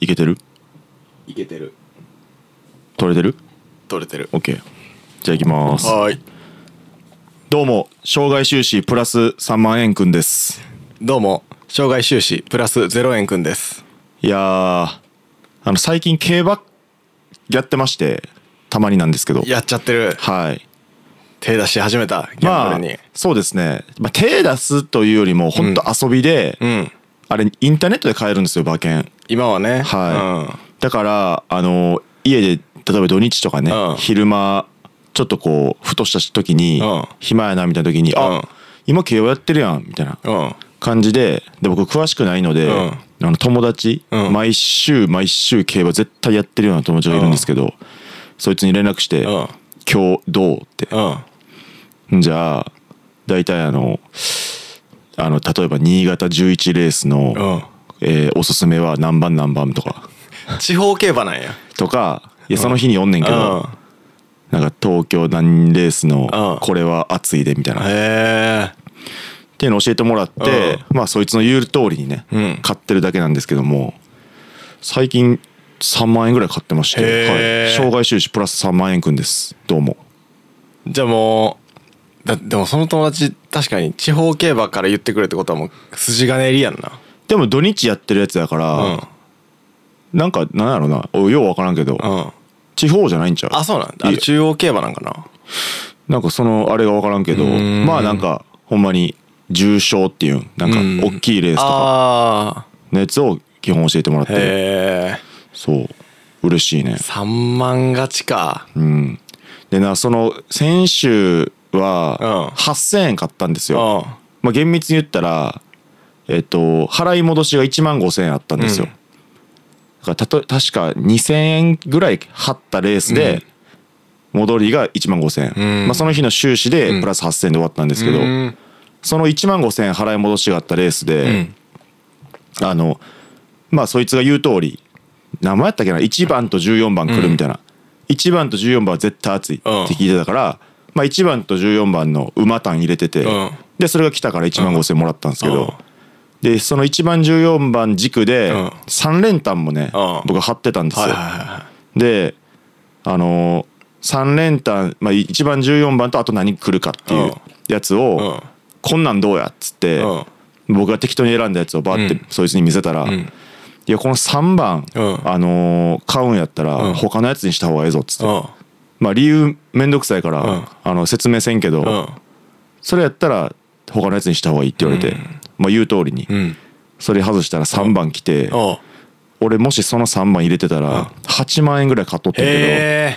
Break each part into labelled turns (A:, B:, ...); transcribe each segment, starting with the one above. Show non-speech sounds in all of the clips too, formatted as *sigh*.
A: いけてる
B: いけてる
A: 取れてる
B: 取れてる
A: ?OK じゃあいきます
B: はーい
A: どうも障害収支プラス3万円くんです
B: どうも障害収支プラス0円くんです
A: いやーあの最近競馬やってましてたまになんですけど
B: やっちゃってる
A: はい
B: 手出し始めたギャン
A: まあ
B: ブルに、
A: そうですね、まあ、手出すというよりも本当遊びで、
B: うん
A: あれインターネットで買えるんですよ馬券
B: 今はね
A: はい、だからあの家で例えば土日とかね、
B: うん
A: 昼間ちょっとこうふとした時に、
B: うん
A: 暇やなみたいな時に、
B: うん
A: あ今競馬やってるやんみたいな
B: うんうん
A: 感じでで僕詳しくないので、
B: うん
A: あの友達、
B: うん
A: 毎週毎週競馬絶対やってるような友達がいるんですけど、そいつに連絡して「
B: うん
A: 今日どう?」って
B: うん
A: じゃあ大体あのあの例えば新潟11レースの、
B: うん
A: えーおすすめは何番何番とか
B: 地方競馬なんや
A: とかいやその日におんねんけど、なんか東京何レース
B: う
A: の
B: ん
A: これは熱いでみたいな、
B: うん
A: っ
B: へえ
A: ていうのを教えてもらって、まあそいつの言う通りにね、
B: うん
A: 買ってるだけなんですけども最近3万円ぐらい買ってまして、
B: へー
A: はい、障害収支プラス3万円くんですどうも
B: じゃあもうだでもその友達確かに地方競馬から言ってくるってことはもう筋金入りやんな
A: でも土日やってるやつだから、なんかなんやろなおよう分からんけど、
B: うんうん
A: 地方じゃないんちゃう
B: あそうなんだあれ
A: い
B: 中央競馬なんかな
A: なんかそのあれが分からんけど
B: ん
A: まあなんかほんまに重賞っていうんなんか
B: うん
A: 大きいレースとか
B: あ
A: のやつを基本教えてもらっ
B: あ
A: て
B: へえ
A: そう嬉しいね
B: 3万勝ちか
A: うんでなその先週
B: うん
A: は8,000円買ったんです
B: うん
A: よ、まあ、厳密に言ったらえっと払い戻しが1万5,000円あったんですよ、
B: うん
A: だからたと確か2,000円ぐらい張ったレースで、戻りが1万5,000円、
B: うん
A: まあ、その日の収支でプラス8,000円で終わったんですけど、
B: うん
A: その1万5,000円払い戻しがあったレース
B: う
A: で
B: ん、
A: あのまあそいつが言う通り名前やったっけな1番と14番来るみたいな、1番と14番は絶対熱いって聞いてたから、まあ、1番と14番の馬単入れてて、
B: うん
A: でそれが来たから1万5,000円もらったんですけど、
B: うん
A: でその1番14番軸で
B: うん
A: 3連単もね、
B: うん
A: 僕張ってたんですよ。
B: はいはいは
A: であの3連単、まあ、1番14番とあと何来るかっていうやつを、
B: うん
A: こんなんどうやっつって、僕が適当に選んだやつをバーって
B: うん
A: そいつに見せたら、
B: ん
A: いやこの3番、
B: うん
A: あのー買うんやったら、
B: うん
A: 他のやつにした方がええぞっつって、
B: いはい
A: まあ理由めんどくさいから、
B: うん
A: あの説明せんけど、
B: うん
A: それやったら他のやつにした方がいいって言われて、まあ言う通りに、
B: うんうん
A: それ外したら3番来て、
B: おう
A: 俺もしその3番入れてたら8万円ぐらい買っとってんけ
B: へえ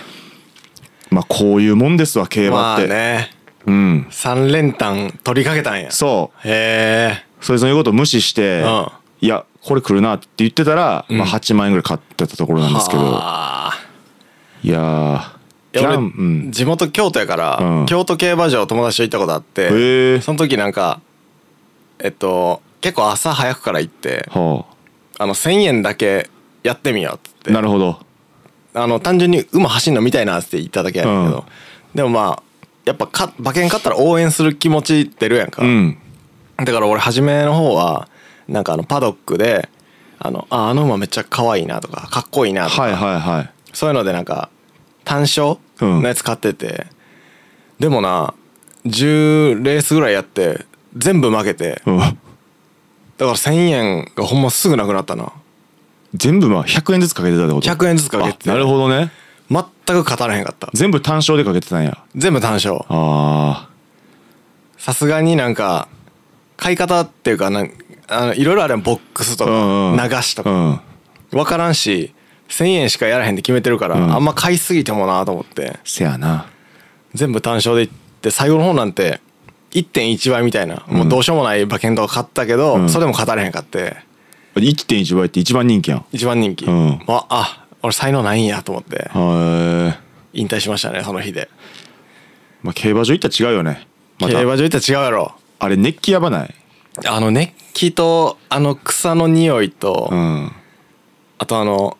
A: ど、まあこういうもんですわ競馬
B: ま
A: っ
B: あ
A: て、
B: ね
A: うん
B: 3連単取りかけたんや
A: そう
B: へえ
A: そいつの言うことを無視して、
B: うん
A: いやこれ来るなって言ってたら、まあ、8万円ぐらい買ってたところなんですけど
B: ああ
A: いやー
B: いや
A: ギャ
B: 俺、
A: ンうん
B: 地元京都やから、
A: うん
B: 京都競馬場友達と行ったことあって、
A: へえ
B: その時なんかえっと結構朝早くから行って
A: は
B: あの1,000円だけやってみようっつって
A: あなるほど
B: あの単純に馬走んの見たいなって言っただけやねんけど、でもまあやっぱか馬券勝ったら応援する気持ち出るやんか、
A: うん
B: だから俺初めの方はなんかあのパドックであのああの馬めっちゃ可愛いなとかかっこいいなとか、
A: はいはいはい
B: そういうのでなんか単勝
A: うん
B: のやつ買ってて、でもな10レースぐらいやって全部負けて
A: うん
B: だから1,000円がほんますぐなくなったな
A: 全部まあ100円ずつかけてたってこと
B: 100円ずつかけて
A: あなるほどね
B: 全く勝たれへんかった
A: 全部単勝でかけてたんや
B: 全部単勝
A: あ
B: さすがになんか買い方っていうかなんあのいろいろあるやんボックスと
A: ーうん
B: か
A: うん
B: 流しとか
A: うん
B: 分からんし1,000円しかやらへんって決めてるから、
A: うん
B: あんま買いすぎてもなと思って
A: せやな
B: 全部単勝でいって最後の方なんて1.1倍みたいな、もうどうしようもない馬券とか買ったけど、
A: うん
B: それでも勝たれへんかって
A: 1.1倍って一番人気やんへ
B: 一番人気、
A: うん
B: ああ俺才能ないんやと思って
A: え
B: 引退しましたねその日で、
A: まあ競馬場行ったら違うよねまた
B: 競馬場行ったら違うやろ
A: あれ熱気やばない
B: あの熱気とあの草の匂いと、
A: うん
B: あとあの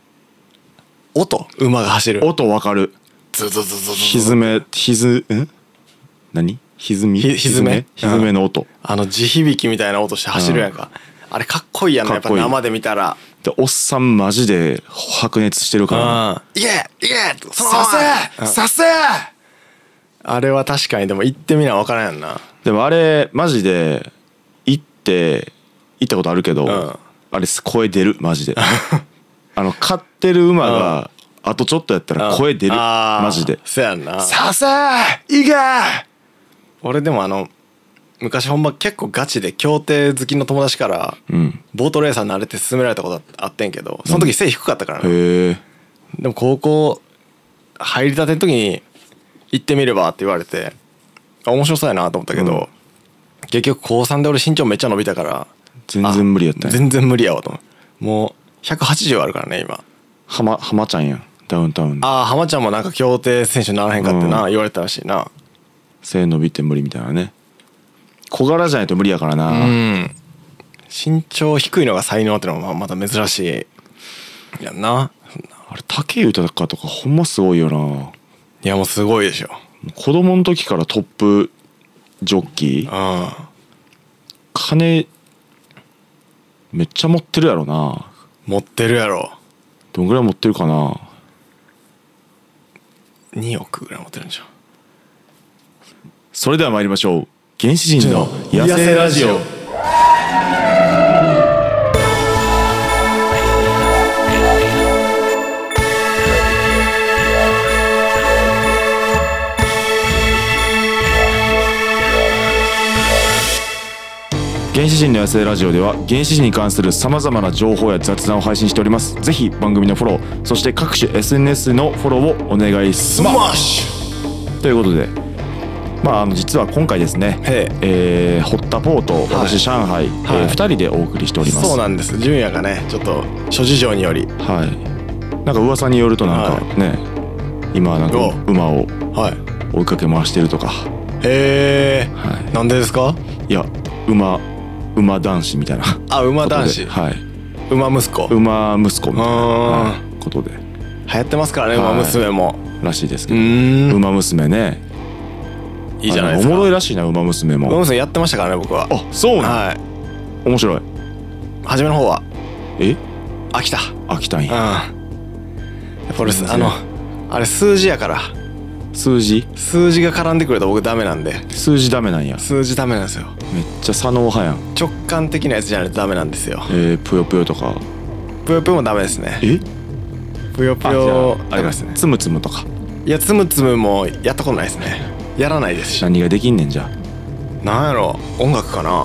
B: 音馬が走る
A: 音わかる
B: ズズズズズズ
A: ひずめひずん何ひずみ
B: ひひずめ
A: ひずめの音
B: あの地響きみたいな音して走るやんか、あれかっこいいやんな
A: か
B: や
A: っ
B: っ
A: こいい
B: ぱ生で見たら
A: だでおっさんマジで白熱してるから
B: あいえいえ
A: 「させさせ!」
B: あれは確かにでも行ってみな分からんやんな
A: でもあれマジで行って行ったことあるけど、
B: ん
A: あれ声出るマ
B: *laughs*
A: ジであの飼ってる馬が、あとちょっとやったら声出る、
B: あー
A: マジで
B: そやんな
A: させいけ
B: 俺でもあの昔ほんま結構ガチで競艇好きの友達から、
A: うん
B: ボートレーサーになれて勧められたことあってんけどその時背低かったからね、
A: へえ
B: でも高校入りたての時に行ってみればって言われてあ面白そうやなと思ったけど、結局高3で俺身長めっちゃ伸びたから
A: 全然無理やった
B: あ
A: んや
B: 全然無理やわと思うもう180あるからね今
A: 浜浜ちゃんやんダウンタウン
B: ああ浜ちゃんもなんか競艇選手にならへんかってな、
A: う
B: 言われてたらしいな
A: 背伸びて無理みたいなね小柄じゃないと無理やからな、
B: うん身長低いのが才能ってのもままた珍しいやんな
A: あれ武豊とかほんますごいよない
B: やもうすごいでしょ
A: 子供の時からトップジョッキー
B: うん
A: 金めっちゃ持ってるやろな
B: 持ってるやろ
A: どんぐらい持ってるかな
B: 2億ぐらい持ってるんじゃん
A: それでは参りましょう原始人の野生ラジオ原始人の野生ラジオでは原始人に関するさまざまな情報や雑談を配信しておりますぜひ番組のフォローそして各種 SNS のフォローをお願いします
B: マッシ
A: ということでまああの実は今回ですね
B: へ
A: えー、堀田ポーと私、上海、え
B: はい
A: 2人でお送りしており
B: ュ
A: ます
B: そうなんです純也がねちょっと諸事情により
A: はいなんか噂によるとなんかね、今なんか
B: お
A: 馬を
B: はい
A: 追いかけ回してるとか、
B: へえ、
A: は
B: なんでですか
A: い、いや馬馬男子みたいな
B: あ *laughs* 馬
A: ことで
B: 男子
A: はい
B: 馬息子流
A: 馬息子みたいな、
B: あー
A: はいことで
B: 行ってますからね馬
A: はい
B: 娘も、
A: らしいです
B: う
A: けど、
B: ーん
A: 馬娘ね
B: いいじゃないです
A: あ
B: か
A: のおもろいらしいな馬娘
B: 馬
A: も
B: 娘やってましたからね僕は
A: あそうなん、
B: はい
A: 面白い
B: 初めの方は
A: え
B: 飽きた
A: 飽きたん
B: うん
A: や
B: やっぱ俺
A: 全然
B: あのあれ数字やから
A: 数字
B: 数字が絡んでくると僕ダメなんで
A: 数字ダメなんや
B: 数字ダメなんですよ
A: めっちゃ左脳派やん
B: 直感的なやつじゃないとダメなんですよ
A: えー、ぷよぷよとか
B: ぷよぷよもダメですね
A: え
B: ぷよぷ
A: あじ
B: よ
A: ゃああ
B: ダ
A: れ
B: メ
A: で
B: です
A: す
B: ね
A: ねつむつむとか
B: いやつむつむもやったことないですねやらないですし
A: 何ができんねんじゃ
B: なんやろ音楽かな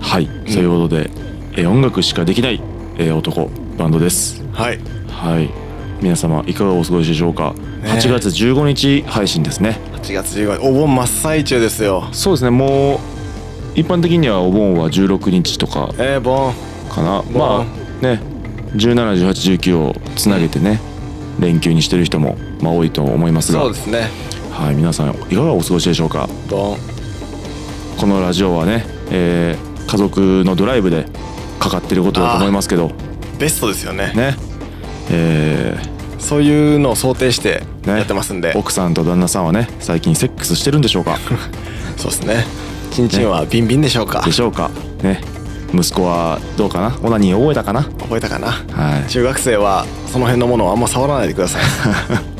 A: はい、そういうことで、えー音楽しかできない、えー男バンドです
B: はい
A: はい皆様いかがお過ごしでしょうか、
B: え
A: 8月15日配信ですね
B: 8月15日お盆真っ最中ですよ
A: そうですねもう一般的にはお盆は16日とか
B: えー、ボン
A: かなま
B: 盆
A: あね171819をつなげてね、連休にしてる人も、まあ、多いと思いますが
B: そうですね
A: はい、皆さんいかがお過ごしでしょうか
B: ボン
A: このラジオはね、えー家族のドライブでかかってることだと思いますけど
B: ベストですよね
A: ね、え
B: そういうのを想定して
A: ね
B: やってますんで、
A: ー奥さんと旦那さんはね最近セックスしてるんでしょ
B: *laughs*
A: うか
B: そうですねチンチンはビンビンでしょうか、
A: でしょうかね息子はどうかなオナニー覚えたかな
B: 覚えたかな
A: はい
B: 中学生はその辺のものをあんま触らないでくださ
A: *laughs*
B: い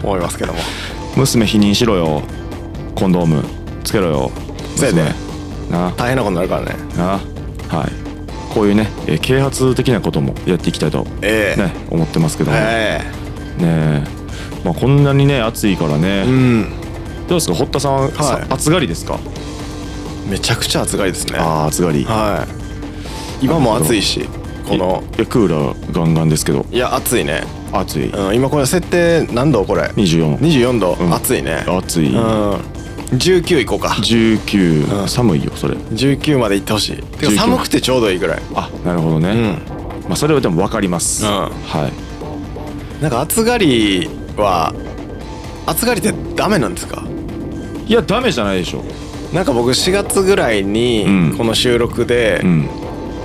B: 思いますけども
A: 娘否認しろよコンドームつけろよ
B: そうやで
A: 娘な
B: 大変なことになるからね
A: なはいこういうね、えー啓発的なこともやっていきたいと、ね
B: ええ
A: 思ってますけども、
B: え
A: ねえ、まあ、こんなにね暑いからね、
B: えうん
A: どうですか堀田さんは、さ
B: はい
A: 暑がりですか
B: めちゃくちゃ暑がりですねは
A: ああ暑がり
B: い今も暑いしこの
A: いやクーラーガンガンですけど
B: いや暑いね、
A: 暑い
B: うん、今これ設定何度これ
A: 24
B: 24度、
A: ん
B: 暑いね
A: 暑い
B: うん19いこうか
A: 19
B: うん
A: 寒いよそれ
B: 19まで行ってほしいてか
A: 19
B: 寒くてちょうどいいぐらい
A: あなるほど
B: う
A: ね、
B: ん
A: まあ、それはでも分かります、
B: うん
A: はい
B: なんか暑がりは暑がりってダメなんですか
A: いやダメじゃないでしょ
B: なんか僕4月ぐらいに
A: うん
B: この収録で
A: うん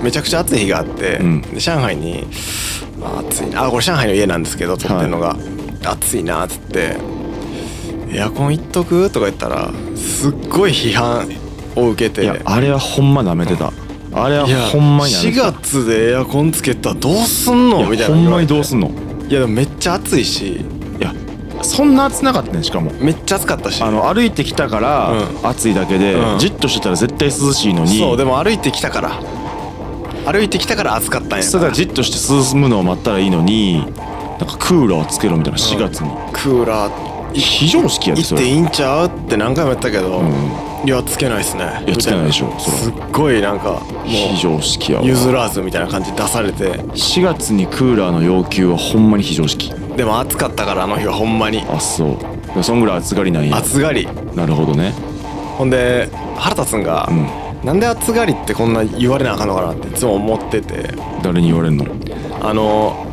B: めちゃくちゃ暑い日があって、
A: うん
B: で上海に「あ暑いな」あこれ上海の家なんですけど撮ってるのが「暑いな」っつって「エアコンいっとく?」とか言ったらすっごい批判を受け
A: い
B: て
A: やあれはほんまなめてた、あれはい
B: や
A: ほんまにある
B: 4月でエアコンつけたらどうすんのみ
A: い
B: た
A: や
B: いな
A: ほんまにどうすんの
B: いやでもめっちゃ暑いし
A: いやそんな暑なかったねしかも
B: めっちゃ暑かったし
A: あの歩いてきたから
B: う
A: 暑いだけで、
B: うん
A: じっとしてたら絶対涼しいのに
B: そうでも歩いてきたから歩いてきたから暑かったんや
A: ただじっとして涼むのを待ったらいいのになんかクーラーをつけろみたいな4月に、
B: クーラーい
A: 非常識やで
B: 行
A: そ
B: ってい
A: れ
B: いんちゃうって何回も言ったけど、
A: ん
B: いやつけないっすね
A: いやつけないでしょそれは
B: すっごいなんかも
A: 非常識やわ
B: う譲らずみたいな感じ出されて
A: 4月にクーラーの要求はほんまに非常識
B: でも暑かったからあの日はほんまに
A: あそうそんぐらい暑がりなんや
B: 暑がり
A: なるほどね
B: ほんで腹立つんが、
A: う
B: なんで暑がりってこんな言われなあかんのかなっていつも思ってて
A: 誰に言われんの
B: あの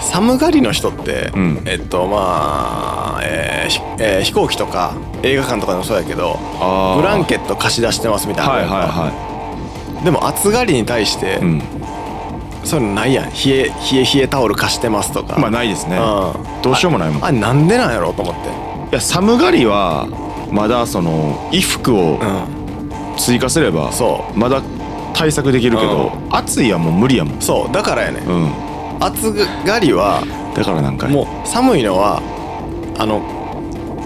B: 寒がりの人って、
A: うん
B: えっとまあ、えーひえー飛行機とか映画館とかでもそうやけど
A: あー
B: ブランケット貸し出してますみたいな、
A: はいはいは
B: でも暑がりに対して、
A: いうん
B: そういうのないやん冷え冷え冷えタオル貸してますとか
A: まあないですね
B: うん
A: どうしようもないもん
B: あなんでなんやろうと思って
A: いや寒がりはまだその衣服を
B: うん
A: 追加すれば
B: そう
A: まだ対策できるけど暑いはもう無理やもん
B: そうだからやねん
A: うん
B: 暑がりは
A: だからなんかね
B: もう寒いのはあの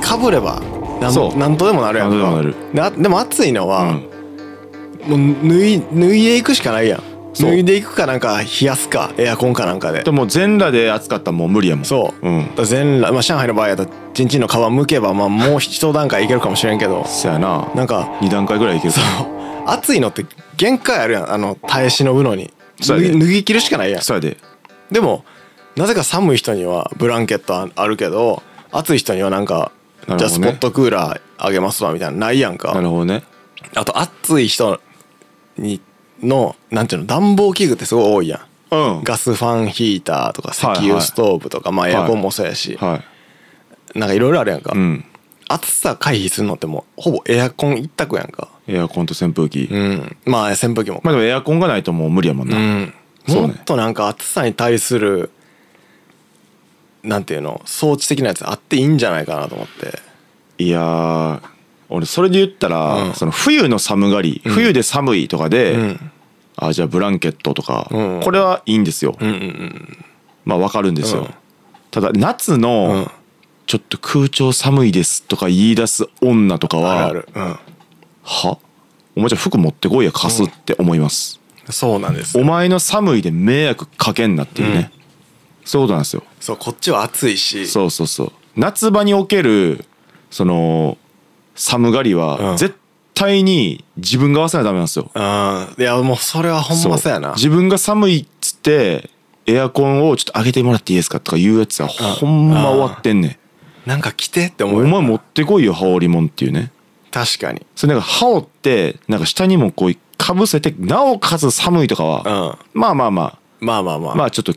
B: かぶればなん
A: そう
B: なんとでもなるやんか
A: なんとでも
B: なでも暑いの
A: う
B: は、
A: ん
B: もう脱い脱いでいくしかないやん
A: そう
B: 脱いでいくかなんか冷やすかエアコンかなんかで
A: でも全裸で暑かったらもう無理やもん
B: そう、
A: うん
B: だから全裸、まあ、上海の場合やったらチンチンの皮剥けば、まあ、もう一段階いけるかもしれんけど
A: そやな
B: なんか
A: 2段階ぐらいいける
B: そう暑いのって限界あるやんあの耐え忍ぶのに
A: そ
B: 脱
A: うや
B: ぎ
A: で
B: 脱ぎ切るしかないやん
A: そやで
B: でもなぜか寒い人にはブランケットああるけど暑い人にはなんか、
A: なるほどね
B: じゃあスポットクーラーあげますわみたいなないやん
A: なる
B: か
A: ほどね
B: あと暑い人にのなんていうの暖房器具ってすごい多いやん
A: うん
B: ガスファンヒーターとか石
A: はいはい
B: 油ストーブとか、まあエアコンもそうやし、
A: はい
B: なんかいろいろあるやんか、
A: うん
B: 暑さ回避するのってもうほぼエアコン一択やんか
A: エアコンと扇風機
B: うんまあ扇風機も
A: まあでもエアコンがないともう無理やもん
B: う、
A: なんそう
B: も
A: ね
B: っとなんか暑さに対するなんていうの装置的なやつあっていいんじゃないかなと思って
A: いやー俺それで言った
B: う
A: ら
B: ん
A: その冬の寒がり冬で寒いとか
B: う
A: で
B: ん
A: あじゃあブランケットとか
B: うん
A: これはいいんですよ
B: うんうん
A: まあわかるんです
B: う
A: よ
B: ん
A: ただ夏
B: う
A: の
B: ん
A: ちょっと空調寒いですとか言い出す女とか
B: あるあ
A: は
B: る、うん、
A: はお前じゃあ服持ってこいや貸すって思います
B: そうなんです
A: お前の寒いで迷惑かけんなっていうね、そういうことなんですよ
B: そうこっちは暑いし
A: そうそうそう夏場におけるその寒がり
B: う
A: は
B: ん
A: 絶対に自分が合わせないとダメなんですよ、
B: うんいやもうそれはほんまそうやな
A: 自分が寒いっつってエアコンをちょっと上げてもらっていいですかとか言うやつはほんま終わってんね
B: なんか来てって
A: んお
B: 思うよ
A: 前持ってこいよ羽織もんっていうね
B: 確かに
A: それなんか羽織ってなんか下にもこうかぶせてなおかつ寒いとか
B: うん
A: は、まあまあま
B: まあまあま
A: あ
B: あ、
A: まあちょっと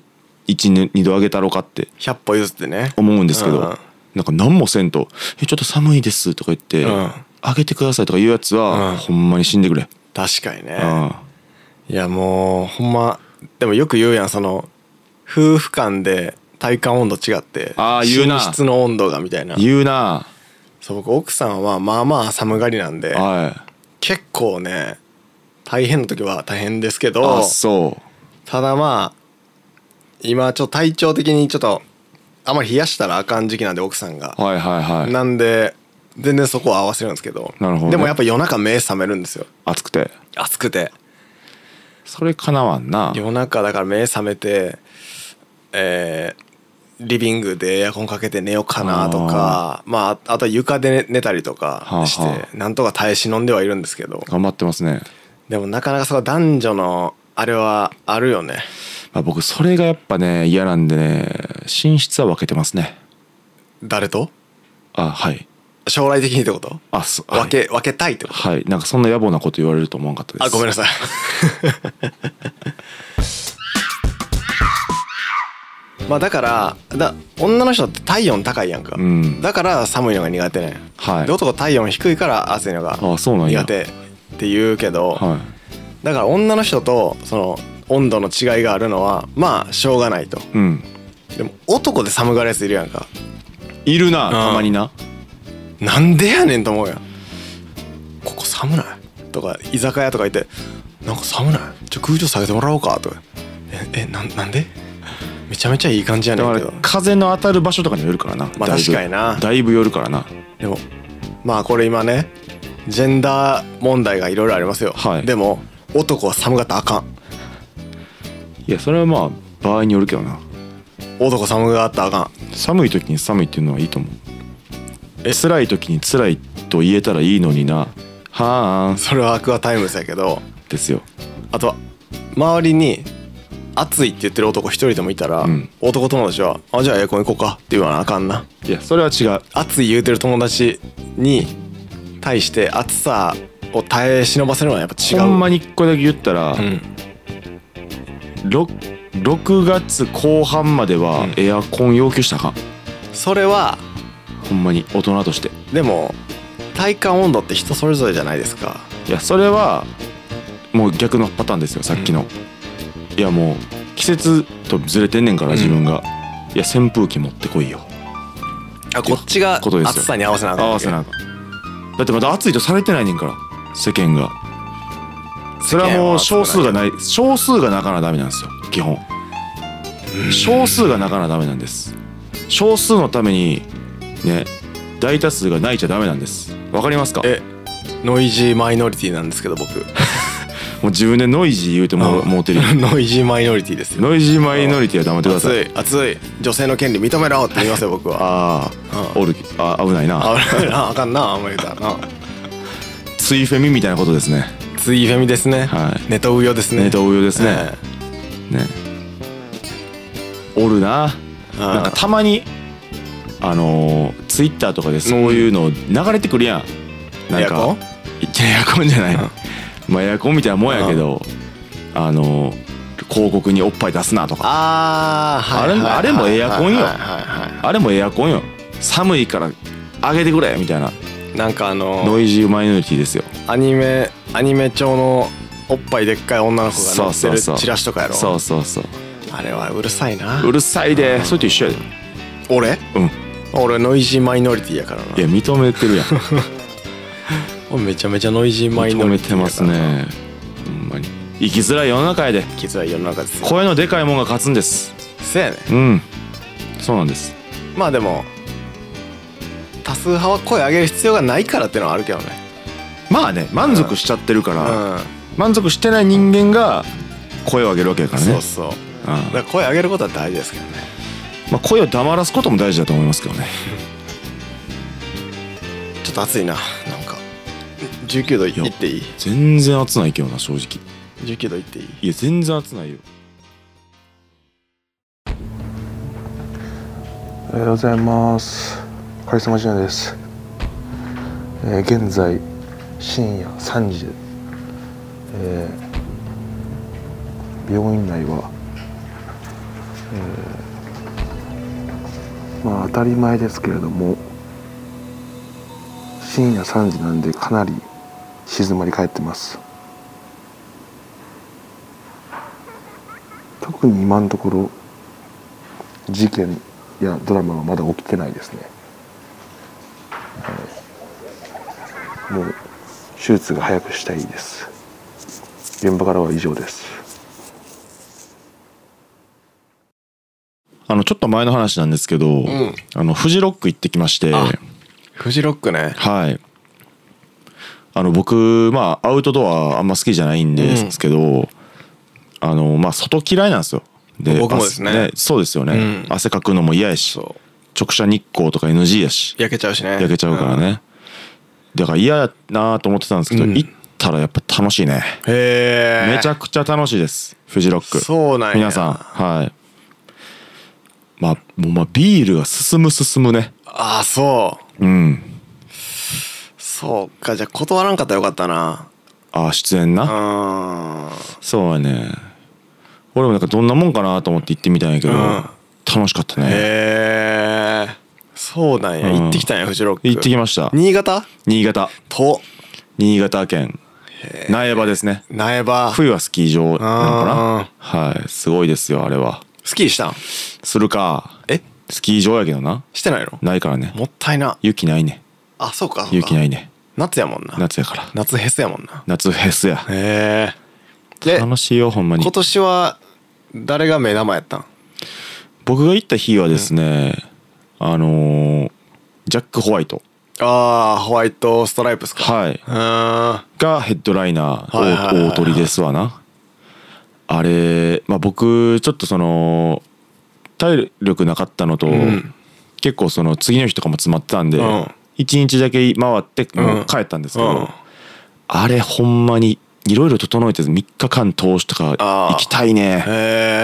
A: 12度上げたろかって
B: 100歩譲ってね
A: 思うんですけど、
B: うんうん
A: なんか何もせんと「えちょっと寒いです」とか言って「
B: うん
A: あげてください」とか言うやつは、
B: うん
A: ほんまに死んでくれ、
B: 確かにね、
A: うん
B: いやもうほんまでもよく言うやんその夫婦間で体感温度違って
A: あー言うな
B: 寝室の温度がみたいな
A: 言うな
B: そう僕奥さんはまあまあ寒がりなんで
A: は
B: 結構ね大変な時は大変ですけ
A: いあ
B: ど
A: そ
B: ただまあ今ちょっと体調的にちょっとあまり冷やしたらあかん時期なんで奥さんが
A: うはいはいはい
B: なんで全然そこは合わせるんですけど
A: なるほどね
B: でもやっぱ夜中目覚めるんですよ
A: 暑くて
B: 暑くて
A: それかなわんな
B: 夜中だから目覚めてえーリビングでエアコンかけて寝ようかなとかまああとは床で寝たりとかして、
A: はあは
B: なんとか耐え忍んではいるんですけど
A: 頑張ってますね、
B: でもなかなかその男女のあれはあるよね
A: まあ、僕それがやっぱね嫌なんでね寝室は分けてますね
B: 誰と
A: あはい
B: 将来的にってこと
A: あそ
B: 分け分けたいってこと
A: はい、はい、なんかそんな野暮なこと言われると思わんかったです
B: あごめんなさい *laughs* まあだからだ女の人って体温高いやんか、
A: うん
B: だから寒いのが苦手ねん
A: はい
B: で男体温低いから暑いのが
A: あそうなんや
B: 苦手って言うけど
A: は
B: だから女の人とその温度の違いがあるのはまあしょうがないと
A: いうん
B: でも男で寒がるやついるやんか
A: いるな
B: うん
A: たまにな
B: なんでやねんと思うやんここ寒ないとか居酒屋とか行ってなんか寒ないじゃ空調下げてもらおうか」とか「ええなんなんでめちゃめちゃいい感じやね
A: だ
B: ん
A: か
B: け
A: ら
B: ど
A: 風の当たる場所とかによるからな、
B: まあ
A: だいぶ
B: 確かにな
A: だいぶよるからな
B: でもまあこれ今ねジェンダー問題がいろいろありますよ、
A: はい
B: でも男は寒かったらあかん
A: いやそれはまあ場合によるけどな
B: 男寒があったらあかん
A: 寒い時に寒いっていうのはいいと思う
B: え
A: 辛い時に辛いと言えたらいいのになはーん
B: それはアクアタイムズやけど
A: ですよ
B: あとは周りに暑いって言ってる男一人でもいたら、
A: うん
B: 男友達は「あじゃあエアコン行こうか」って言わなあかんない
A: やそれは違う
B: 暑い言うてる友達に対して暑さを耐え忍ばせるのはやっぱ違う
A: ほんまにこれだけ言ったら、
B: うん
A: ろ 6, 月後半までは
B: うん
A: エアコン要求したらあか、
B: それは
A: ん、ほんまに大人として
B: でも体感温度って人それぞれじゃないですか
A: いやそれはもう逆のパターンですよさっきの、いやもう季節とずれてんねんから
B: うん
A: 自分が、いや扇風機持ってこいよ
B: あこっちが
A: ことですよ
B: 暑さに合わせなあかん
A: 合わせなあかんだってまだ暑いとされてないねんから世間がそれはもう少数がない少数がなかなダメなんですよ基本少数がなかなダメなんです少数のためにね大多数がないちゃダメなんですわかりますか
B: えノイジーマイノリティなんですけど僕
A: もう自分でノイジー言うてももう
B: *laughs*
A: てる
B: ノイジーマイノリティですよ
A: ノイジーマイノリティは黙ってくださ
B: 暑
A: い
B: い暑い女性の権利認めろって言いますよ僕は
A: ああおるあ危ないな
B: あ危ないなあかんなあんま言うたらな
A: ついフェミみたいなことですね
B: ツイフェミですね、
A: はい
B: ネトウヨですね
A: ネタ応用ですね
B: ええ
A: ねおるな
B: あー
A: なんかたまにあのツイッター Twitter とかでそういうの流れてくるやん、なん
B: エアコ
A: か
B: ン
A: いやエアコンじゃない、
B: うん
A: まあエアコンみたいなもんやけど、あの広告におっぱい出すなとか
B: あー、
A: あれもあれもエアコンよ
B: はいはいはいは
A: あれもエアコンよ寒いから上げてくれみたいない
B: なんかあの
A: ノイジーマイノリティですよ
B: アニメアニメ調のおっぱいでっかい女の子が
A: そ
B: 乗
A: う
B: って
A: そう
B: る
A: そう
B: チラシとかやろ
A: そうそうそう
B: あれはうるさいな
A: うるさいでそれと一緒やで
B: 俺
A: うん
B: 俺ノイジーマイノリティやからない
A: や認め *laughs* てるやん
B: 俺めちゃめちゃノイジーマイ
A: 認
B: ノ
A: め
B: リティ
A: て
B: やから
A: ますねほんまに生きづらい世の中やで
B: 生きづらい世の中ですよ
A: 声のでかいもんが勝つんです
B: せやね
A: うんそうなんです
B: まあでも多数派は声上げる必要がないからってのはあるけどね
A: まあね満足しちゃってるから、
B: う
A: 満足してない人間が声を上げるわけだか
B: ん
A: らね
B: そうそう
A: うん
B: だから声上げることは大事ですけどね
A: まあ、声を黙らすことも大事だと思いますけどね
B: ちょっと暑いななんか19度いっていい
A: 全然熱ないけどな正直
B: 19度いっていい
A: いや全然熱ないよ
C: おはようございますカリスマジュニアです、えー現在深夜3時で、えー病院内は、えーまあ当たり前ですけれども深夜3時なんでかなり静まり返ってます特に今のところ事件やドラマはまだ起きてないですね、はいもう手術が早くしたいです現場からは以上です
A: あのちょっと前の話なんですけど、
B: ん
A: あのフジロック行ってきまして
B: あフジロックね
A: はいあの僕まあアウトドアあんま好きじゃないんですけど、あのまあ外嫌いなんですよで
B: 僕もですね
A: 汗そうですよね、
B: うん
A: 汗かくのも嫌やし
B: そう
A: 直射日光とか NG やし
B: 焼けちゃうしね
A: 焼けちゃうからね、だから嫌やなと思ってたんですけど、
B: うん
A: 行ったらやっぱ楽しいね、
B: うんへえ
A: めちゃくちゃ楽しいですフジロック
B: そうなんや
A: 皆さんはいまあもうまあビールが進む進むね
B: ああそう
A: うん
B: そうかじゃあ断らんかったらよかったな
A: ああ出演
B: う
A: な
B: ーん
A: そうやね俺もなんかどんなもんかなと思って行ってみたんやけど、
B: うん
A: 楽しかったね
B: へえそうなんや
A: うん
B: 行ってきたんやフジロック
A: 行ってきました
B: 新潟
A: 新潟
B: と
A: 新潟県苗場ですね
B: 苗場
A: 冬はスキー場なの
B: あ
A: かなはいすごいですよあれは
B: スキーしたん
A: するか
B: え
A: スキー場やけどな
B: してないの
A: ないからね
B: もったいな
A: 雪ないね
B: あそうかそうか
A: 雪ないね
B: 夏やもんな
A: 夏やから
B: 夏フェスやもんな
A: 夏フェスや
B: へえで
A: 楽しいよほんまに
B: 今年は誰が目玉やったん
A: 僕が行った日はですね、あのージャック・ホワイト
B: ああホワイトストライプスか
A: はいう
B: ーん
A: がヘッドライナ
B: はいはいはいは
A: ー
B: い
A: 大鳥ですわなあれ、まあ、僕ちょっとその体力なかったのと、
B: ん
A: 結構その次の日とかも詰まってたんで、
B: うん
A: 一1日だけ回って
B: ん
A: もう帰ったんですけど、
B: うん
A: あれほんまにいろいろ整えて3日間通しとか
B: あー
A: 行きたいね
B: へ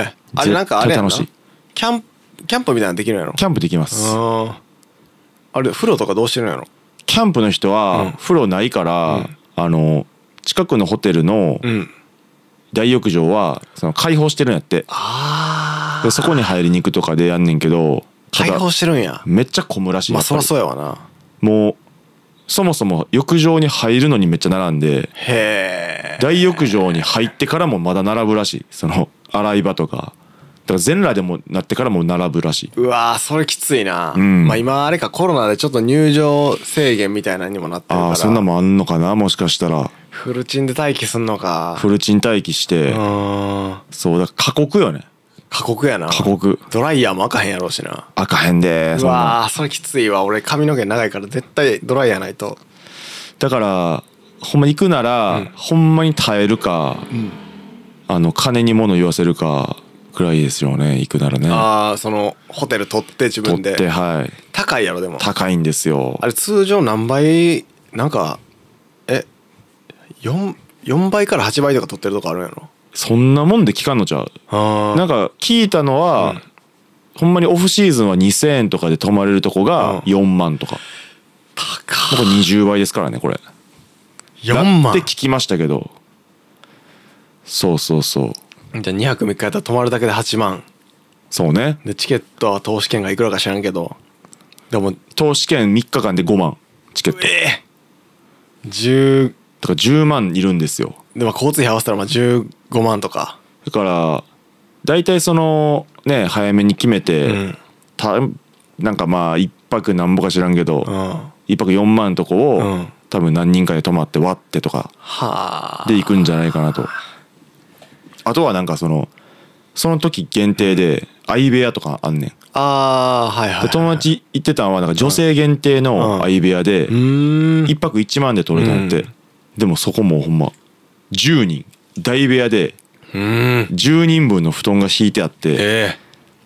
B: えあれなんかあれやんな
A: 絶対楽し
B: キャンプキャンプみたいなのできるんやろ
A: キャンプできます
B: ああれ風呂とかどうしてるんやろ
A: キャンプの人
B: うん
A: は風呂ないから、あの近くのホテルの
B: うん
A: 大浴場はその開放してるんやって
B: あ
A: でそこに入りに行くとかでやんねんけどた
B: 解
A: だ
B: 放してるんや
A: めっちゃ混むらしいや
B: まあ
A: っぱ
B: そ
A: り
B: りゃそうやわな
A: もうそもそも浴場に入るのにめっちゃ並んで
B: へえ
A: 大浴場に入ってからもまだ並ぶらしいその洗い場とかだから全裸でもなってからも並ぶらしいう
B: わーそれきついな、
A: うん
B: まあ今あれかコロナでちょっと入場制限みたいなのにもなってるから
A: ああそんなんもあんのかなもしかしたら
B: フルチンで待機すんのか
A: フルチン待機して
B: うーん
A: そうだから過酷よね
B: 過酷やな
A: 過酷
B: ドライヤーもあかへんやろうしな
A: あかへんで
B: う
A: そんなん
B: わーそれきついわ俺髪の毛長いから絶対ドライヤーないと
A: だからほんま行くなら、ほんまに耐えるか、あの金に物言わせるかくらいですよね行くならね
B: ああそのホテル取って自
A: 取
B: 分
A: って
B: で
A: はい
B: 高いやろでも
A: 高いんですよ
B: あれ通常何倍なんかえ四4倍から8倍とか取ってるとこあるんやろ
A: そんなもんで聞かんのちゃう
B: あ
A: なんか聞いたのは、ほんまにオフシーズンは2,000円とかで泊まれるとこ
B: うん
A: が4万とか、
B: 高
A: これ20倍ですからねこれ
B: 4万
A: って聞きましたけどそうそうそう
B: じゃあ2泊3日やったら泊まるだけで8万
A: そうね
B: でチケットは投資券がいくらか知らんけどでも
A: 投資券3日間で5万チケットだか
B: ええ10
A: ら10万いるんですよ
B: でも交通費合わせたらまあ15万とか
A: だから大体そのね早めに決めて、
B: うん
A: たなんかまあ1泊なんぼか知らんけど、
B: うんは
A: 1泊4万のとこを、
B: うん
A: 多分何人かで泊まって割ってとか
B: あ
A: で行くんじゃないかなとあとはなんかそのその時限定で相部屋とかあんねんで
B: ああはいはいはい
A: 友達行ってたのはなんか女性限定
B: うん
A: の相部屋で
B: うーん
A: 1泊1万で取れたんやって、
B: うん
A: でもそこもほんま10人大部屋で
B: うーん
A: 10人分の布団が敷いてあって
B: ええ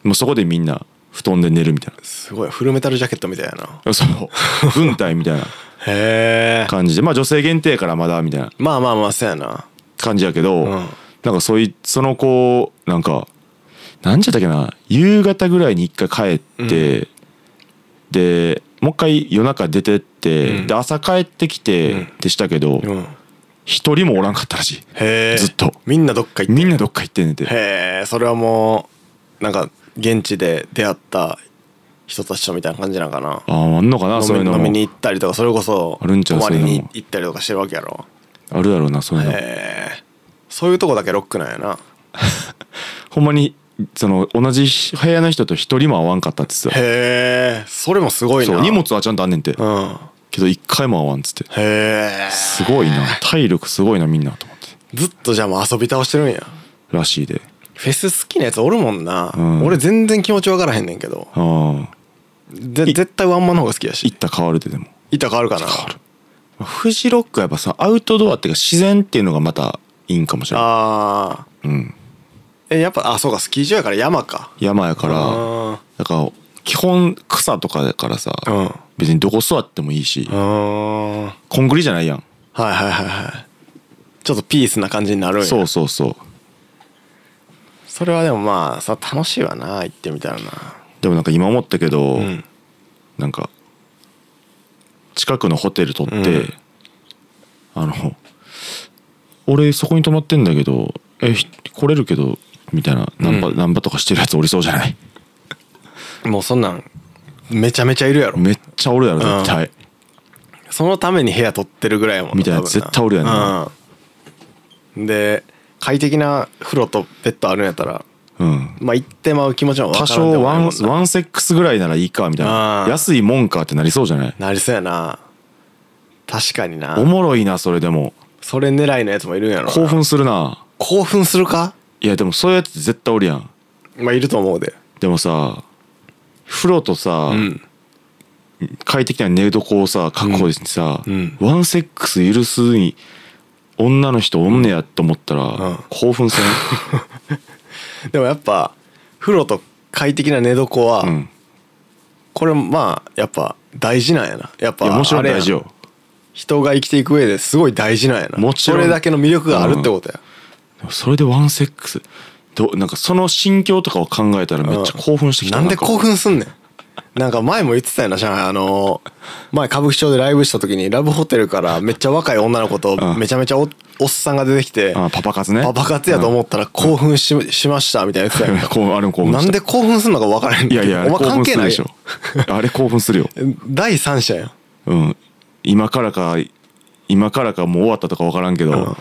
A: もうそこでみんな布団で寝るみたい
B: すごいフルメタルジャケットみたいやな
A: なそう
B: *laughs*
A: 軍隊みたいな
B: へえ
A: 感じでまあ女性限定やからまだみたいな
B: まあまあまあそうやな
A: 感じやけど、
B: うん
A: なんかそいその子なんかなんちゃったっけな夕方ぐらいに一回帰って、でもう一回夜中出てって、
B: うん
A: で朝帰ってきて
B: ん
A: でしたけど
B: うん
A: 一、人もおらんかったらし
B: へえ
A: ずっと
B: みんなどっか
A: い
B: 行って
A: みんなどっか行ってんねんて
B: へえそれはもうなんか現地で出会った人たちとみたいな感じなんかな
A: あーあんのかなそうい
B: 飲
A: う
B: み
A: の
B: 飲み
A: も
B: に行ったりとかそれこそ
A: あるんちゃう
B: 泊まり
A: そういうの
B: に
A: も
B: 行ったりとかしてるわけやろ
A: あるやろうなそういうの
B: へえそういうとこだけロックなんやな
A: ほんまにその同じ部屋の人と一人も会わんかったってさ
B: へえそれもすごい
A: そ
B: な
A: う荷物はちゃんとあんねんて
B: うん
A: けど一回も会わんっつって
B: へえ
A: すごいな体力すごいなみんなと思って
B: ずっとじゃあもう遊び倒してるんや
A: らしいで
B: フェス好きなやつおるもんな、
A: うん
B: 俺全然気持ち分からへんねんけど
A: ああ
B: ぜ絶対ワンマンの方が好きやし
A: 行った変わるででも
B: 板変わるかな
A: フジロックはやっぱさアウトドアっていうか自然っていうのがまたいいんかもしれない
B: ああ
A: うん、
B: えやっぱあそうかスキー場やから山か
A: 山やから
B: あ
A: だから基本草とかだからさ、
B: ーうんうん
A: 別にどこ座ってもいいし、
B: はい
A: コンクリじゃないやん、
B: はいはいはいちょっとピースな感じになるんや
A: そうそうそう
B: それはでもまあさ楽しいわな行ってみたらな
A: でもなんか今思ったけど、
B: うん
A: なんか近くのホテル取って、
B: うん
A: あの俺そこに泊まってんだけどえひ来れるけどみたいなナンパ、
B: うん
A: ナンパとかしてるやつおりそうじゃない
B: もうそんなんめちゃめちゃいるやろ
A: めっちゃおるやろ絶対、
B: そのために部屋取ってるぐらいやもん
A: みたいなやつ
B: 多分
A: 絶対おるやんな
B: うんで快適な風呂とベッドあるんやったら
A: うん、
B: まあ行ってまう気持ちも分
A: 多
B: からん
A: 少
B: でも
A: ワ
B: ない
A: ン
B: もんな
A: ワンセックスぐらいならいいかみたい
B: あ
A: な
B: ー
A: 安いもんかってなりそうじゃない
B: なりそうやな確かにな
A: おもろいなそれでも
B: それ狙いのやつもいるんやろな
A: 興奮するな
B: 興奮するか
A: いやでもそういうやつ絶対おるやん
B: まあいると思うで
A: でもさ風呂とさ、
B: うん
A: 快適な寝床をさ確保してさ、
B: うん
A: ワンセックス許すに女の人おんねやと思ったら、
B: うん
A: 興奮
B: *laughs*
A: せん
B: でもやっぱ風呂と快適な寝床は、
A: うん
B: これまあやっぱ大事なんやなやっ
A: い
B: ぱ
A: やもちろ
B: あ
A: ん
B: れや
A: 大事よ
B: 人が生きていく上ですごい大事なんやな
A: もちろん
B: それだけの魅力があるってことや、
A: でもそれでワンセックスどなんかその心境とかを考えたらめっちゃ興奮してきた
B: なんで興
A: 奮
B: 奮すんねんなんか前も言ってたよな上海あの前歌舞伎町でライブした時にラブホテルからめっちゃ若い女の子と
A: うん
B: めちゃめちゃおおっさんが出てきて
A: あパパ活ね
B: パパ活やと思ったら興奮し,、しましたみたいな言ってた
A: こうあれも *laughs* 興
B: よ
A: 奮した
B: なんで興奮すんのか分からへん
A: いやいやあ
B: お
A: れ
B: 前
A: 興
B: 関
A: 奮
B: 係
A: する
B: な
A: で
B: い
A: し
B: よ
A: ょ *laughs* あれ興奮するよ
B: 第三者やん
A: うん今からか今からかもう終わったとか分からんけど、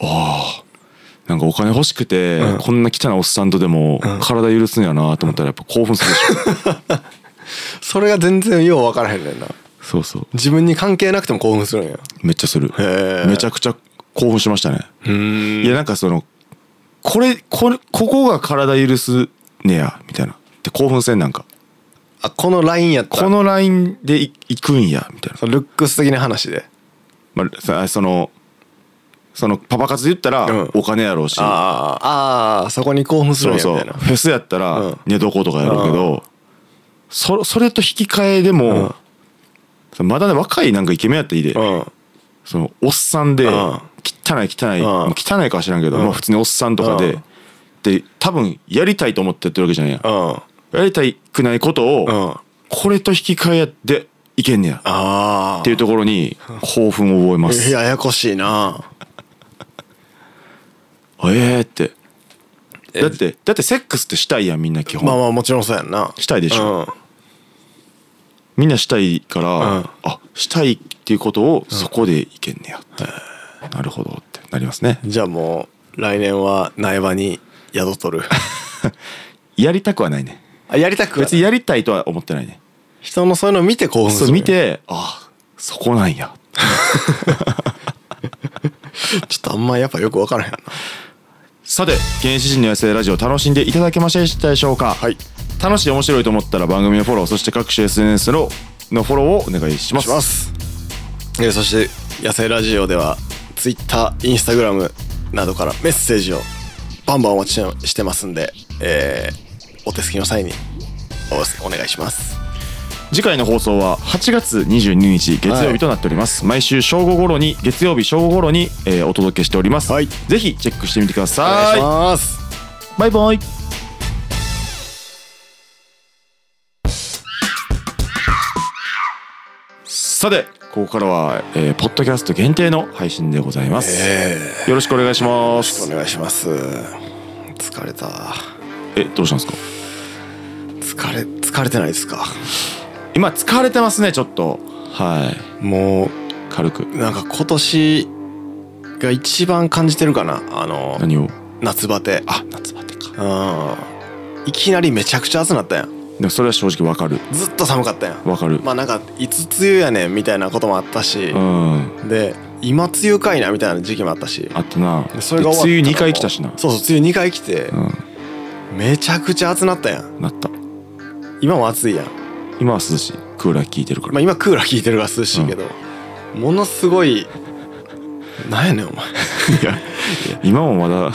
A: ああなんかお金欲しくて、こんな汚いおっさんとでも体許すんやなと思ったらやっぱ興奮するでし
B: *laughs*
A: ょ
B: それが全然よう分からへんねんな
A: そうそう
B: 自分に関係なくても興奮するんや
A: めっちゃする
B: へえ
A: めちゃくちゃ興奮しましたね
B: うん
A: いやなんかそのこれこれここが体許すねやみたいなで興奮せんなんか
B: あこのラインやった
A: このラインでいいくんやみたいな
B: そのルックス的な話で
A: まあ、さそのそのパパ活で言ったら
B: うん
A: お金やろうし、
B: あーあーそこに興奮するん
A: そう
B: や
A: そう
B: みたいな
A: フェスやった
B: う
A: ら
B: ん
A: 寝床とかやるけど、そそれと引き換えでも、まだね若いなんかイケメンやったらいいで、
B: うん
A: そのおっさんで、
B: うん
A: 汚い汚い、
B: ん
A: まあ汚いかは知らんけど、
B: うん
A: まあ、普通におっさんとかで、
B: うん
A: で多分やりたいと思ってやってるわけじゃんや、
B: うん
A: やりたくないことを、
B: うんあ
A: これと引き換えでいけんねやっ
B: あ
A: ていうところに興奮を覚えま
B: い
A: す。
B: やややこしいな
A: えーってだってだってセックスってしたいやんみんな基本、
B: まあまあもちろんそうやんな
A: したいでしょみんなしたいから、
B: うん
A: あしたいっていうことをそこでいけんねやって、なるほどってなりますね
B: うんじゃあもう来年は苗場に宿
A: *laughs*
B: 取る
A: やりたくはないね
B: あやりたくは
A: 別にやりたいとは思ってないね
B: 人のそういうのを見て興奮する
A: そう見てあそこなんや
B: ちょっとあんまやっぱよく分からへんな
A: さて原始人の野生ラジオ楽しんでいただけましたでしょうか、
B: はい
A: 楽しい面白いと思ったら番組のフォローそして各種 SNS ののフォローをお願いします
B: しますえーそして野生ラジオでは TwitterInstagram などからメッセージをバンバンお待ちしてますんで、えーお手すきの際におお願いします
A: 次回の放送は8月22日月曜日となっております、毎週正午頃に月曜日正午頃に、えーお届けしております、
B: はい
A: ぜひチェックしてみてくだ
B: お願い
A: さ
B: し
A: い
B: ます
A: バイバイさてここからは、えーポッドキャスト限定の配信でございます、
B: え
A: よろしくお願いしま
B: ーお
A: す
B: 願いします疲れた
A: えどうしたんですか
B: 疲れ疲れてないですか
A: 今疲れてますねちょっとはい
B: も
A: 軽く
B: うなんか今年が一番感じてるかなあの
A: 何を
B: 夏バテ
A: あ夏バテか
B: うんいきなりめちゃくちゃ暑なったやん
A: でもそれは正直わかる
B: ずっと寒かったやん
A: わかる、
B: まあなんかいつ梅雨やねんみたいなこともあったし、
A: うん
B: で今梅雨かいなみたいな時期もあったし
A: あったな
B: でそれが終わった
A: で梅雨
B: 二
A: 2回来たしな
B: そうそう梅雨2回来て、
A: う
B: めちゃくちゃ暑なったやん
A: んなった
B: 今も暑いやん、
A: 今は涼しいクーラー効いてるから、
B: まあ、今クーラー効いてるから涼しいけど、ものすごいなんやねんお前
A: いや今もま
B: *laughs*
A: だ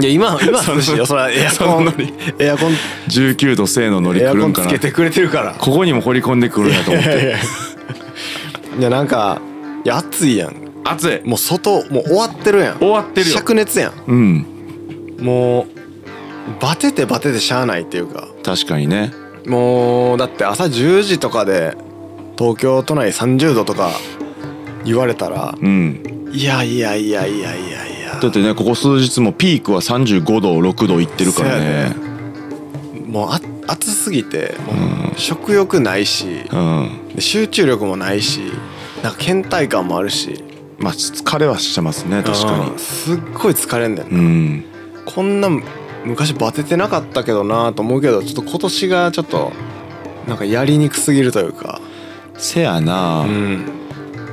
B: いや今今は涼しい *laughs* よそれはエアコンエアコン
A: 19度正の乗り
B: エ
A: 来
B: ア
A: る
B: コ
A: ん
B: ン
A: か
B: つ
A: な
B: けてくれてるから
A: ここにも掘り込んでくるんやと思っ
B: *laughs* いやい
A: て
B: やいやなんかいや暑いやん
A: 暑い
B: もう外もう終わってるやん
A: 終わってるよ
B: 灼熱やん
A: うん
B: もうバテてバテてしゃあないっていうか
A: 確かにね
B: もうだって朝10時とかで東京都内30度とか言われたら
A: うん
B: いやいやいやいやいやいや
A: だってねここ数日もピークは35度6度いってるから
B: そうや
A: ね
B: ねもうあ暑すぎてもう食欲ないし
A: うん
B: で集中力もないしなんか倦怠感もあるし
A: まあ疲れはしてますね確か
B: うんすっごい疲れんねん
A: にうん
B: こんな昔バテてなかったけどなと思うけどちょっと今年がちょっとなんかやりにくすぎるというか
A: せやな、
B: うん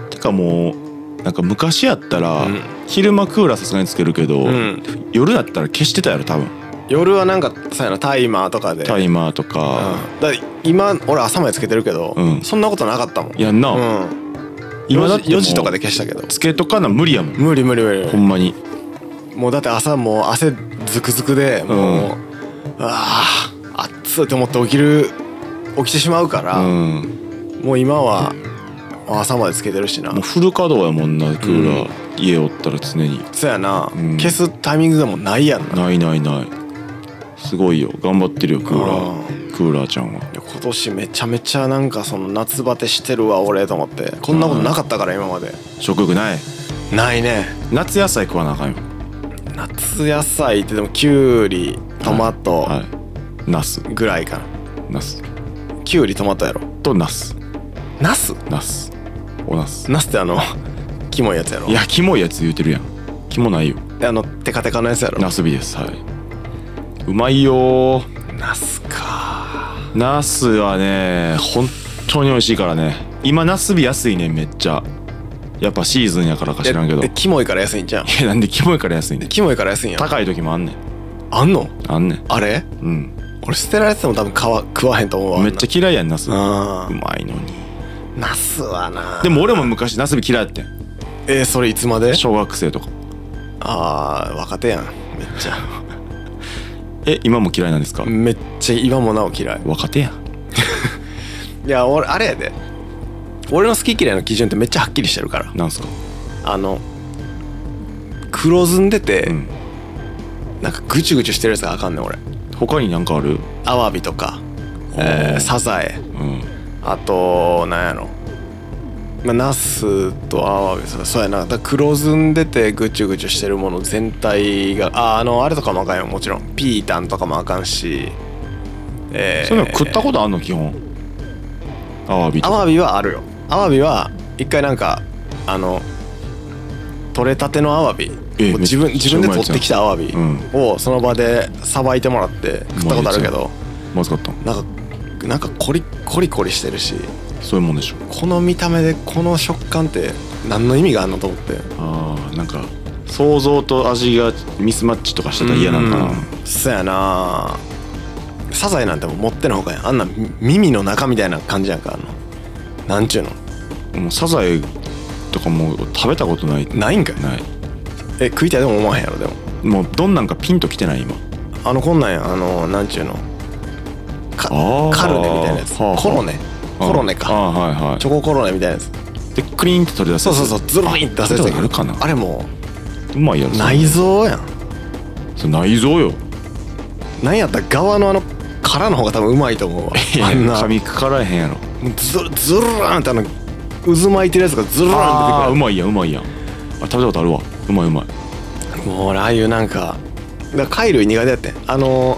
A: てかもうなんか昔やったら、
B: うん
A: 昼間クーラーさすがにつけるけど、
B: ん
A: 夜だったら消してたやろ多分
B: 夜はなんかさやなタイマーとかで
A: タイマーとか、
B: うん、だから今俺朝までつけてるけど、
A: うん
B: そんなことなかったもん
A: やんな、
B: うん、
A: 今だってもう
B: 4時とかで消したけど
A: つけとかな無理やもん
B: 無理無理無理
A: ほんまに
B: もうだって朝もう汗ずくずくでもう、ああ暑いと思って起きる起きてしまうか
A: う
B: ら、
A: ん
B: もう今は朝までつけてるしな
A: もうフル稼働やもんなクーラー、家おったら常に
B: そやな、
A: うん
B: 消すタイミングでもないやんな
A: ないないないすごいよ頑張ってるよクーラ
B: あ
A: ークーラーちゃんは
B: 今年めちゃめちゃなんかその夏バテしてるわ俺と思ってこんなことなかったから今まで
A: 食欲ない
B: ないね
A: 夏野菜食わなあかんよ
B: 夏野菜ってでもきゅうりトマト
A: はいナス
B: ぐらいかな、
A: ナス
B: きゅうりトマトやろ
A: とナス
B: ナス
A: ナスおナス
B: ナスってあの *laughs* キモいやつやろ
A: いやキモいやつ言うてるやんキモないよ
B: であのテカテカのやつやろ
A: ナスビですはいうまいよー
B: ナスか
A: ナスはね本当に美味しいからね今ナスビ安いねんめっちゃやっぱシーズンやからか知らんけど
B: えキモいから安い
A: *laughs*
B: んじゃん
A: いやなんでキモいから安いねん
B: キモいから安いんや
A: 高い時もあんねん
B: あんの
A: あんねん
B: あれ
A: うん
B: 俺捨てられてても多分皮食わへんと思うわ
A: めっち
B: ゃ
A: ゃ嫌いやんナスう
B: あんな
A: まいのに
B: うんナスはな
A: でも俺も昔ナスビ嫌いやってん
B: えーそれいつまで
A: 小学生とか
B: ああ若手やんめっちゃ
A: え今も嫌いなんですか
B: めっちゃ今もなお嫌い
A: 若手やん
B: いや俺あれやで俺の好き嫌いの基準ってめっちゃはっきりしてるから
A: なんすか
B: あの黒ずんでて、
A: うん
B: なんかぐちゅぐちゅしてるやつがあかんねん俺
A: 他になんかある
B: アワビとか、えーサザエ
A: うん
B: あとなんやろまあ、ナスとアワビそうそうやなだから黒ずんでてぐちゅぐちゅしてるもの全体がああのあれとかもあかんよもちろんピータンとかもあかんしえー
A: そういうの食ったことあんの基本アワビと
B: ア
A: か
B: ワビはあるよアワビは一回なんかあの取れたてのアワビ、
A: ええ
B: もう自分
A: めっち
B: 自
A: ゃう
B: 分
A: ま
B: で
A: いやつ
B: 取ってきたアワビ
A: うん
B: をその場でさばいてもらって食ったことあるけど
A: まずかったん
B: なんかなんかコリコリコリしてるし
A: そういうもんでしょ
B: この見た目でこの食感って何の意味があんのと思って
A: あーなんか想像と味がミスマッチとかしてたら嫌なんかな
B: うんそやなサザエなんてもう持ってのほかやんあんな耳の中みたいな感じやんかあのなんちゅうの
A: もうサザエとかもう食べたことない
B: ないんかい
A: ない
B: え食いたいでも思わへんやろで
A: も
B: も
A: うどんなんかピンときてない今
B: あのこんなんやあのなんちゅうのか
A: あー
B: カルネみたいなやつ
A: はあはあ
B: コロネコロネか
A: あーはいはい
B: チョココロネみたいなやつ
A: でクリーンって取り出す
B: そうそうそうズルリンって出せるやつや
A: あ
B: け
A: る
B: ど
A: かな
B: あれも
A: うまいやろ
B: う
A: それ
B: 内臓やん
A: それ内臓よ
B: なんやったら側のあの殻の方が多分うまいと思うわ
A: いや
B: あんな
A: 噛みかからへんやろ
B: もうズルズルーンってあの渦巻いてるやつがズルー
A: あーう
B: ンって
A: まいやんうまいやんあ食べたことあるわうまいうまい
B: 出てくるもうラー油なんかだから貝類苦手やってんあの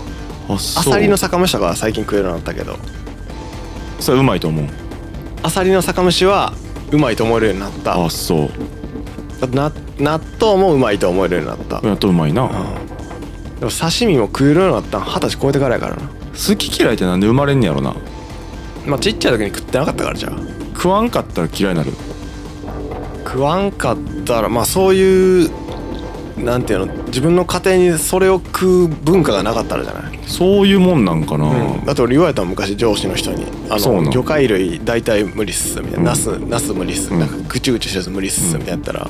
A: あ
B: ア
A: そう
B: サリの酒蒸しとかは最近食えるようになったけど
A: それうまいと思う
B: アサリの酒蒸しはうまいと思えるようになった
A: あそう
B: な納豆もうまいと思えるようになった
A: やっとうまいな
B: うんでも刺身も食えるようになったん二十歳超えてからやからな
A: 好き嫌いってなんで生まれんねやろな
B: まあちっちゃい時に食ってなかったからじゃあ
A: 食わんかったら嫌いになる
B: 食わんかったらまあそういうなんていうの自分の家庭にそれを食う文化がなかったらじゃない、
A: そういうもんなんかな、
B: だって俺言われたもん昔上司の人に「あ
A: そうな
B: の
A: の
B: 魚介類大体無理っす」みた
A: う
B: いな「
A: ん
B: ナスナス無理っす」
A: うん
B: なんかぐちゅぐちゅしてるやつ無理っす」みたいなやったら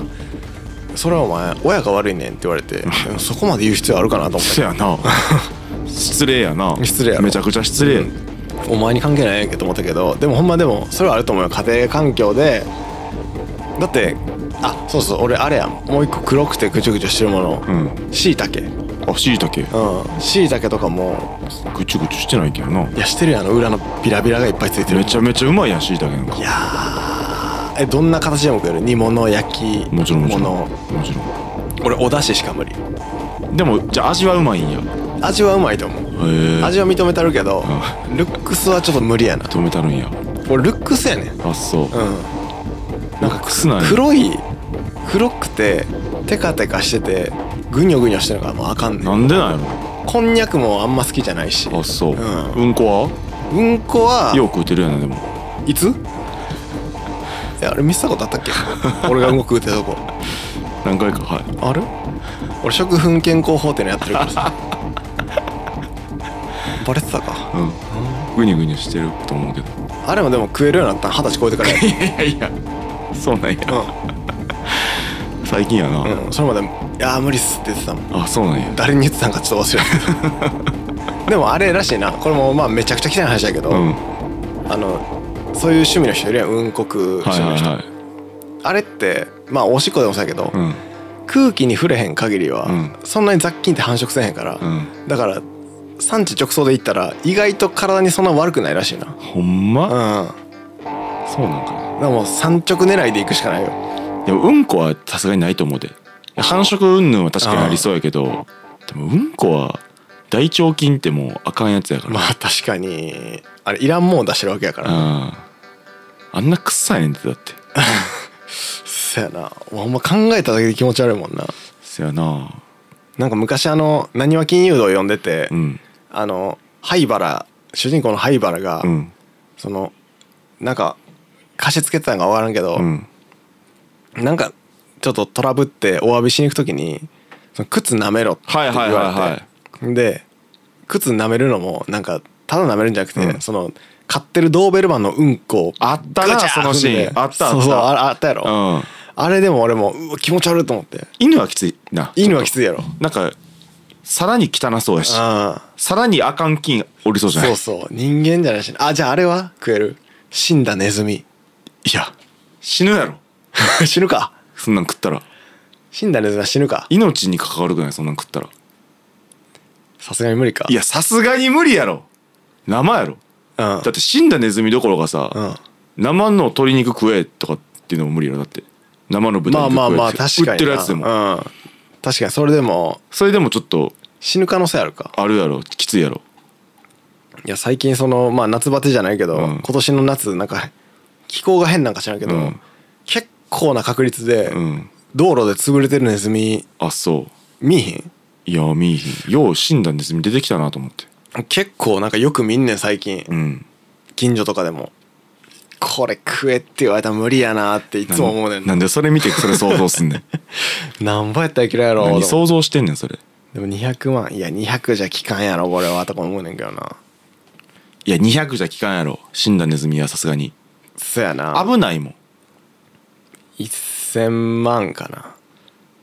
B: 「それはお前親が悪いねん」って言われてでもそこまで言う必要あるかなと思って
A: そやな失礼やな
B: 失礼やろ
A: めちゃくちゃ *laughs* 失礼、
B: お前に関係ないやんけと思ったけどでもほんまでもそれはあると思うよ家庭環境でだってあそうそう俺あれやもんもう一個黒くてぐちゅぐちゅしてるもの、
A: うん
B: しいたけ
A: あしいたけ
B: うんしいたけとかも
A: ぐちゅぐちゅしてないけどない
B: やしてるやんあの裏のビラビラがいっぱいついてる
A: めちゃめちゃうまいやんしいたけなんか
B: いやーえどんな形でも食える煮物焼き
A: もちろんもちろん
B: 物
A: もちろ
B: 俺お出汁しか無理
A: んでもじゃあ味はうまいんやへ
B: 味はうまいと思う
A: え
B: 味は認めたるけどルックスはちょっと無理やな
A: 止めたるんや
B: 俺ルックスやねんうん
A: あそう、なんかくすない
B: 黒い黒くてテカテカしててグニョグニョしてるのがもうあかんね
A: なんんでなんや
B: こんにゃくもあんま好きじゃないし
A: ろあそう、
B: うん
A: うんこは
B: うんこは
A: よう食うてるやなでも
B: いつえあれ見せたこと
A: *laughs*
B: あったっけ俺が動くってとこ
A: 何回かはい
B: あれ俺食粉健康法ってのやってるから *laughs* さバレてたか
A: うんグニグニしてると思うけど
B: あれもでも食えるようになったの二十歳超えて *laughs* からや
A: いやいやそうなんや最近やな、
B: うん、うん、それまで「いやー無理っす」って言ってたもん
A: あそうなんや
B: 誰に言ってたんかちょっと忘れた *laughs* けどでもあれらしいなこれもまあめちゃくちゃ汚い話だけど、
A: うん
B: あのそういう趣味の人いるやんうんこ食う
A: は
B: 趣
A: い
B: 味
A: は
B: の
A: い
B: 人、
A: はい
B: あれってまあおしっこでもそうやけど、
A: うん
B: 空気に触れへん限りは、
A: うん
B: そんなに雑菌って繁殖せへんから、
A: うん
B: だから産地直送で行ったら意外と体にそんな悪くないらしいな
A: ほんま、
B: うん
A: そうなんかな
B: だからもう産直狙いで行くしかないよ
A: でもうんこはさすがにないと思うで繁殖云々は確かにありそうやけどでもうんこは大腸菌ってもうあかんやつやから、
B: まあ確かにあれいらんもん出してるわけやから
A: ああんな臭いねんってだって
B: そやなほんま考えただけで気持ち悪いもんな
A: せやな
B: なんか昔あの「なにわ金融道」読んでて、
A: うん
B: あの灰原主人公の灰原が、
A: うん
B: そのなんか貸し付けてたんか分からんけど、
A: うん
B: なんかちょっとトラブってお詫びしに行く時に「その靴舐めろ」って言わ
A: はい
B: れて、
A: はいはいはい
B: で靴舐めるのもなんかただ舐めるんじゃなくて、
A: うん
B: その買ってるドーベルマンのうんこを
A: あったな
B: ガチャ
A: そのシーン
B: 踏んで
A: あったあった
B: そうそうああったやろ、
A: うん
B: あれでも俺もうわ気持ち悪いと思って
A: 犬はきついな
B: 犬はき
A: い
B: ついやろ
A: なんかさらに汚そうやし
B: ああ
A: さらにあかん菌おりそうじゃない
B: そうそう人間じゃないしあじゃああれは食える死んだネズミ *laughs*
A: いや死ぬやろ
B: 死ぬか
A: そんなん食ったら
B: 死んだネズミは死ぬか
A: 命に関わるくないそんなん食ったら
B: さすがに無理か
A: いやさすがに無理やろ生やろ
B: うん
A: だって死んだネズミどころかさ、
B: うん
A: 生の鶏肉食えとかっていうのも無理やろだって生の豚
B: まあ
A: 肉食え
B: まあまあ
A: って
B: 確かにな
A: 売ってるやつでも、
B: うん確かにそれでも
A: それでもちょっと
B: 死ぬ可能性あるか
A: あるやろきついやろ
B: いや最近そのまあ夏バテじゃないけど、
A: うん
B: 今年の夏なんか気候が変なんか知らんけど、
A: うん
B: 結構な確率で、
A: うん
B: 道路で潰れてるネズミ
A: あそう
B: 見えへん
A: いや見えひんよう死んだネズミ出てきたなと思って
B: 結構なんかよく見んねん最近
A: うん
B: 近所とかでもこれ食えって言われたら無理やなっていつも思うねん
A: なんでそれ見てそれ想像すん
B: *laughs*
A: ねん
B: なんぼやったら嫌いやろ
A: 何
B: でも
A: 想像してんねんそれ
B: でも200万いや200じゃ効かんやろこれはとか思うねんけどない
A: や200じゃ効かんやろ死んだネズミはさすがに
B: そやな
A: 危ないもん
B: 1000万かな
A: だ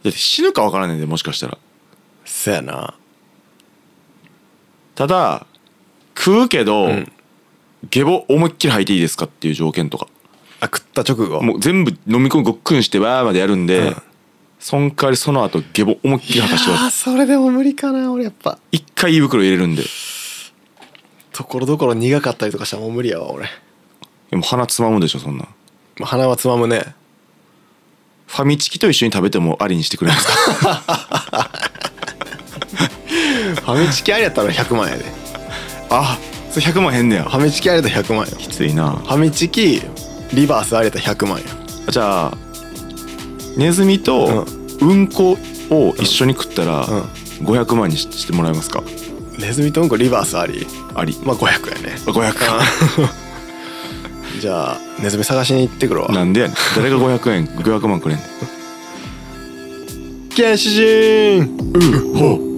A: って死ぬか分からないんでもしかしたら
B: そやな
A: ただ食うけど、
B: ん
A: 下ボ思いっきり吐いていいですかっていう条件とか
B: あ食った直後
A: もう全部飲み込むごっくんしてわーまでやるんで、
B: うん
A: そん代わりその後下ボ思いっき
B: い
A: り
B: や
A: 吐かしては
B: ーそれでも無理かな俺やっぱ
A: 一回胃袋入れるんで
B: ところどころ苦かったりとかしたらもう無理やわ俺、
A: でも鼻つまむでしょそんなん
B: まあ、鼻はつまむね
A: ファミチキと一緒に食べてもありにしてくれ
B: *laughs*
A: ますか
B: ファミチキありやったら100万やで
A: あそれ100万減んねや
B: ファミチキありやったら100万や
A: きついな
B: ファミチキリバースありやったら100万や
A: じゃあネズミとうんこを一緒に食ったら
B: うん
A: 500万にししてもらえますか
B: ネズミとうんこリバースあり
A: あり
B: まあ500やね
A: 500か
B: じゃあネズミ探しに行ってくる
A: *laughs*
B: わ
A: なんでやねん誰が500円500万くれんねん
B: 原始人
A: ほう